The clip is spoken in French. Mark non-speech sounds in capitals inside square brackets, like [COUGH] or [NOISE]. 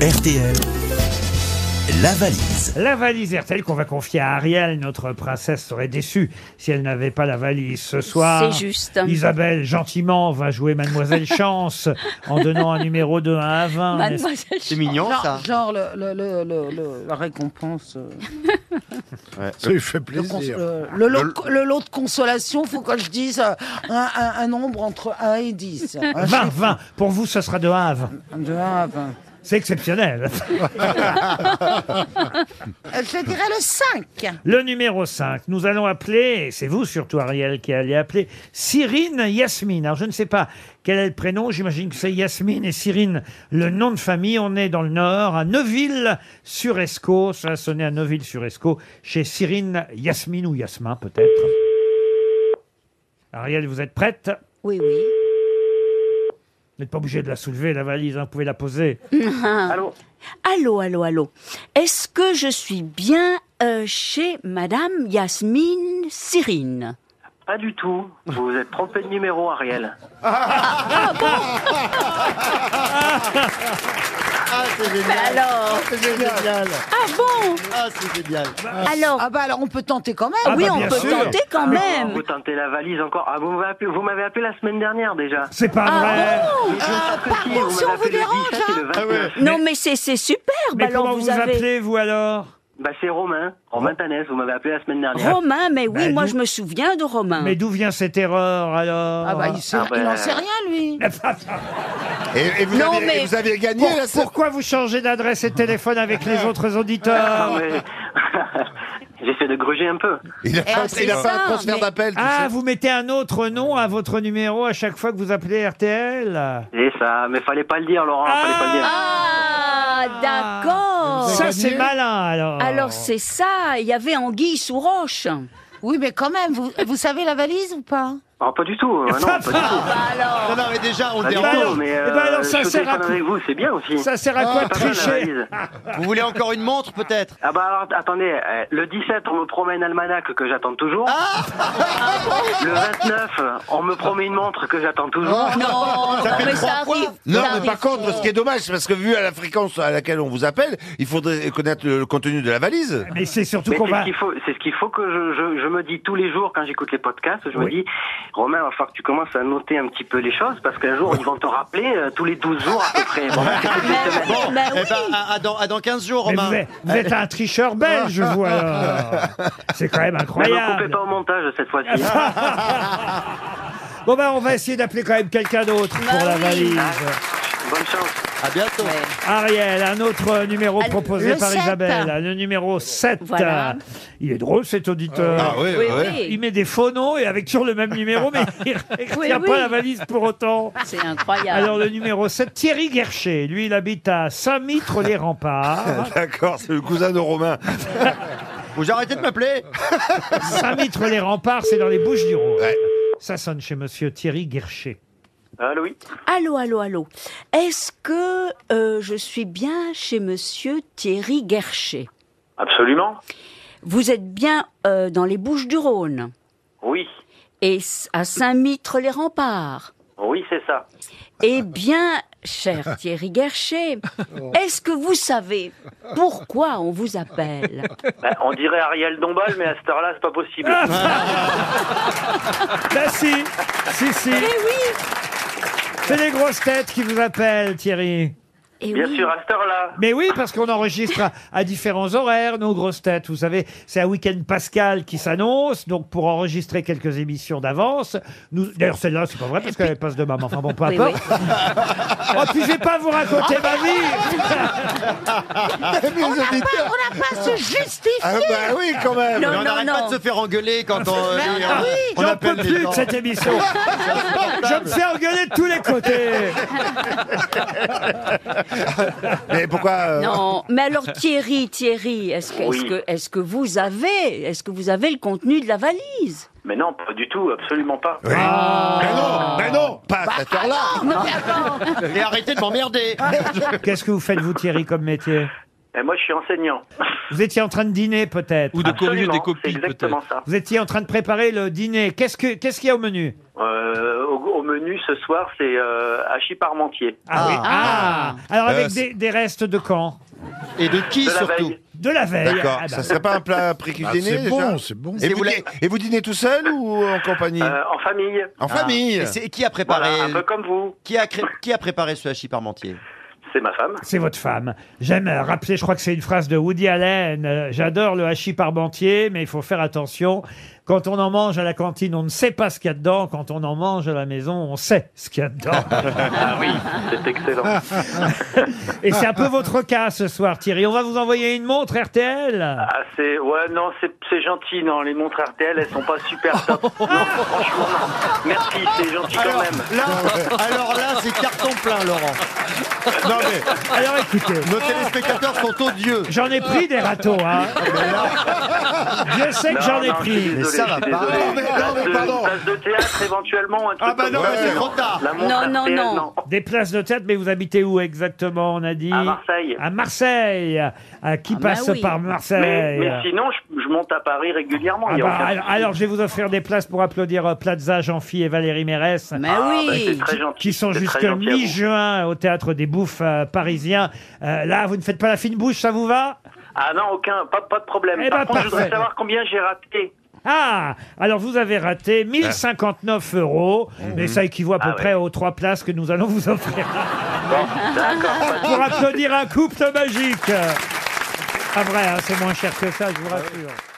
RTL, la valise. La valise RTL qu'on va confier à Ariel, notre princesse serait déçue si elle n'avait pas la valise ce soir. C'est juste. Isabelle, gentiment, va jouer [LAUGHS] Mademoiselle Chance en donnant un numéro de 1 à 20. n'est-ce Mademoiselle C'est mignon ça. Genre le, le- le- le- le- la récompense. euh, Ça lui fait Le, cons- plaisir. euh, Ah, le lot, de co- le lot de consolation, faut que je dise euh, un, un- un nombre entre 1 [LAUGHS] et 10. pas Un 20, 20. Pour vous, ce sera de 1 à 20. chiffre de 1 à 20. C'est exceptionnel. Euh, Je dirais le 5. Le numéro 5, nous allons appeler, et c'est vous surtout Ariel qui allez appeler, Cyrine Yasmine. Alors je ne sais pas quel est le prénom, j'imagine que c'est Yasmine et Cyrine le nom de famille. On est dans le nord, à Neuville-sur-Escaut, ça a sonné à Neuville-sur-Escaut, chez Cyrine Yasmine ou Yasmin peut-être. Ariel, vous êtes prête Oui, oui. Vous n'êtes pas obligé de la soulever, la valise, hein, vous pouvez la poser. Allô, allô, allô. Est-ce que je suis bien euh, chez Madame Yasmine Cyrine Pas du tout. Vous vous êtes trompé de numéro, Ariel. Ah, c'est génial. Alors C'est génial. Ah bon Ah, c'est génial. Alors Ah bah alors on peut tenter quand même. Ah oui, bah, bien on peut sûr. tenter quand même. Vous tentez la valise encore. Ah, vous m'avez appelé, vous m'avez appelé la semaine dernière déjà. C'est pas Ah, vrai oh, Mais je sais que par si, contre, vous si m'avez on vous appelé le dérange, 17 et le 29. Non, mais c'est c'est superbe. Mais bah Alors comment vous, vous avez appelez, vous alors Bah, c'est Romain, Romain Tanès, vous m'avez appelé la semaine dernière. Romain, mais oui, Bah, moi nous- je me souviens de Romain. Mais d'où vient cette erreur alors Ah bah il, sait- Ah bah, il en euh, sait rien lui. Et, et vous, Non, avez, mais- et vous avez gagné Pour- la semaine pourquoi vous changez d'adresse et de téléphone avec les autres Ah, auditeurs mais- [LAUGHS] J'essaie de gruger un peu. Il a pas, c'est il a pas ça, un transfert mais- d'appel. tu Ah, sais. vous mettez un autre nom à votre numéro à chaque fois que vous appelez RTL C'est ça, mais fallait pas le dire, Laurent, fallait pas le dire. Ah, d'accord. Ça, gagné. c'est malin alors Alors c'est ça, il y avait Anguille sous roche. Oui mais quand même, vous, vous savez la valise ou pas Ah, pas du tout, euh, non, pas du tout. Alors, Non, non, mais déjà, on le Pas du bah tout, alors, dérange. mais eh euh, ben alors, je ça suis au sert à téléphone quoi avec vous, c'est bien aussi. Ça sert à quoi de Pas mal, la tricher valise. Vous voulez encore une montre, peut-être Ah bah alors, attendez, euh, le 17 on me promet un almanach que j'attends toujours. Ah le 29 on me promet une montre que j'attends toujours. Oh, non, Ça non, fait mais trois ça fois. arrive. ça Non, mais par arrive. contre, ce qui est dommage, c'est parce que vu à la fréquence à laquelle on vous appelle, il faudrait connaître le contenu de la valise. Mais c'est surtout Mais qu'on c'est va... ce qu'il faut, c'est ce qu'il faut que je, je, je me dis tous les jours quand j'écoute les podcasts. Je me Oui. dis, Romain, il va falloir que tu commences à noter un petit peu les choses parce qu'un jour ils vont te rappeler euh, tous les 12 jours à peu près. Bon, Ah, c'est toutes les semaines. Bon, ben Eh Ah Eh oui. à, dans, 15 jours, Mais vous êtes, vous êtes un tricheur belge, vous alors C'est quand même Ne me coupez incroyable pas au montage cette fois-ci. hein. Bon bah on va essayer d'appeler quand même quelqu'un d'autre Bah pour la oui. valise. Bonne [LAUGHS] chance. À bientôt. ah. Ariel, un autre euh, numéro Ah, proposé le par sept. Isabelle, le numéro 7. Voilà. Il est drôle cet auditeur. Ah oui, Oui, oui. Il oui. met des faux noms et avec toujours le même numéro, [LAUGHS] mais il ne Oui, tient oui. Ah, pas la valise pour autant. C'est incroyable. Alors le numéro 7, Thierry Guercher, lui il habite à [LAUGHS] Saint-Mitre-les-Remparts. D'accord, c'est le cousin de Romain. Vous arrêtez de m'appeler Saint-Mitre-les-Remparts, c'est dans les Bouches du Rhône. Ouais. Ça sonne chez monsieur Thierry Guercher. Allô, oui. Allô, allô, allô. Est-ce que euh, je suis bien chez Monsieur Thierry Guercher Absolument. Vous êtes bien euh, dans les Bouches-du-Rhône Oui. et s- à Saint-Mitre-les-Remparts. Oui, c'est ça. Eh bien, cher Thierry Guercher, est-ce que vous savez pourquoi on vous appelle Ben, on dirait Ariel Dombal, mais à cette heure-là, c'est pas possible. Là Bah, si, si, si. Eh C'est les grosses têtes qui vous appellent, Thierry. Eh Bien oui. sûr, à cette heure-là. Mais oui, parce qu'on enregistre à, à différents horaires nos grosses têtes. Vous savez, c'est un week-end pascal qui s'annonce. Donc, pour enregistrer quelques émissions d'avance, nous. D'ailleurs, celle-là, c'est pas vrai parce qu'elle passe demain. mais Enfin, bon, peu Oui, importe. Oh, puis je vais pas vous raconter ma vie. Mes Ah, auditeurs. On n'a pas à se justifier. Ah bah oui, quand même. Non, Mais on non, n'arrête non. pas de se faire engueuler quand on. euh, J'en peux plus de cette émission. Je me fais engueuler de tous les côtés. Mais pourquoi euh, Non, mais alors Thierry, Thierry, est-ce que, est-ce Oui. que, est-ce que vous avez, est-ce que vous avez le contenu de la valise Mais non, pas du tout, absolument pas. oui. Ah. Mais non, mais non, pas à cette heure-là. Bah, Et arrêtez de m'emmerder Qu'est-ce que vous faites, vous, Thierry, comme métier Et moi, je suis enseignant. Vous étiez en train de dîner, peut-être. Ou de corriger des Absolument, copies, C'est exactement peut-être. ça. Vous étiez en train de préparer le dîner. Qu'est-ce que- qu'est-ce qu'il y a au menu Euh, au, au menu ce soir, c'est euh, hachis parmentier. Ah, oui. Ah. Alors Euh, avec c'est- des, des restes de quand Et de qui De la surtout veille. De la veille. D'accord. Ah bah, Ça serait pas un plat pré-cuisiné c'est déjà bon, c'est bon. et C'est vous, vous la- dînez- et vous dînez tout seul ou en compagnie Euh, en famille. En famille Ah. Et c'est- qui a préparé Voilà, un peu comme vous. qui a, cré- qui a préparé ce hachis parmentier C'est ma femme. C'est votre femme. J'aime euh, rappeler, je crois que c'est une phrase de Woody Allen. euh, J'adore le hachis parmentier, mais il faut faire attention. Quand on en mange à la cantine, on ne sait pas ce qu'il y a dedans. Quand on en mange à la maison, on sait ce qu'il y a dedans. Ah oui, c'est excellent. Et c'est un peu votre cas ce soir, Thierry. On va vous envoyer une montre RTL. Ah, c'est... Ouais, non, c'est c'est gentil. Non, les montres RTL, elles sont pas super top. Non, franchement, non. Merci, c'est gentil quand même. là, alors là, c'est carton plein, Laurent. Non mais Alors écoutez, Nos téléspectateurs sont odieux. j'en ai pris des râteaux. Hein. Je sais que Non, j'en ai non, je suis pris. désolé, Mais ça va je suis pas. désolé. Non, Ah, mais- non, Place mais de- pardon. place de théâtre éventuellement, un truc bah comme non, ça. mais c'est trop tard. La montre Non, non, RTL, non. Des places de théâtre, mais vous habitez où exactement, on a dit À Marseille. À Marseille. À qui Ah bah passe oui. par Marseille Mais, mais sinon, je, je monte à Paris régulièrement. Ah il y a bah, aucun alors, souci. alors, je vais vous offrir des places pour applaudir euh, Plaza, Jean-Phi et Valérie Mérès. Mais Ah, bah, oui. c'est très gentil. Qui sont c'est très jusque gentil à vous. mi-juin au théâtre des Bouffes euh, parisiens. Euh, là, vous ne faites pas la fine bouche, ça vous va Ah non, aucun, pas, pas de problème. Eh Par ben, contre, je voudrais parfait. savoir combien j'ai raté. Ah Alors vous avez raté 1059 euros, mais ça équivaut à peu Ah ouais. près aux trois places que nous allons vous offrir Bon, d'accord. pas de Ah, pour applaudir un couple magique. Pas vrai, hein, c'est moins cher que ça, je vous rassure.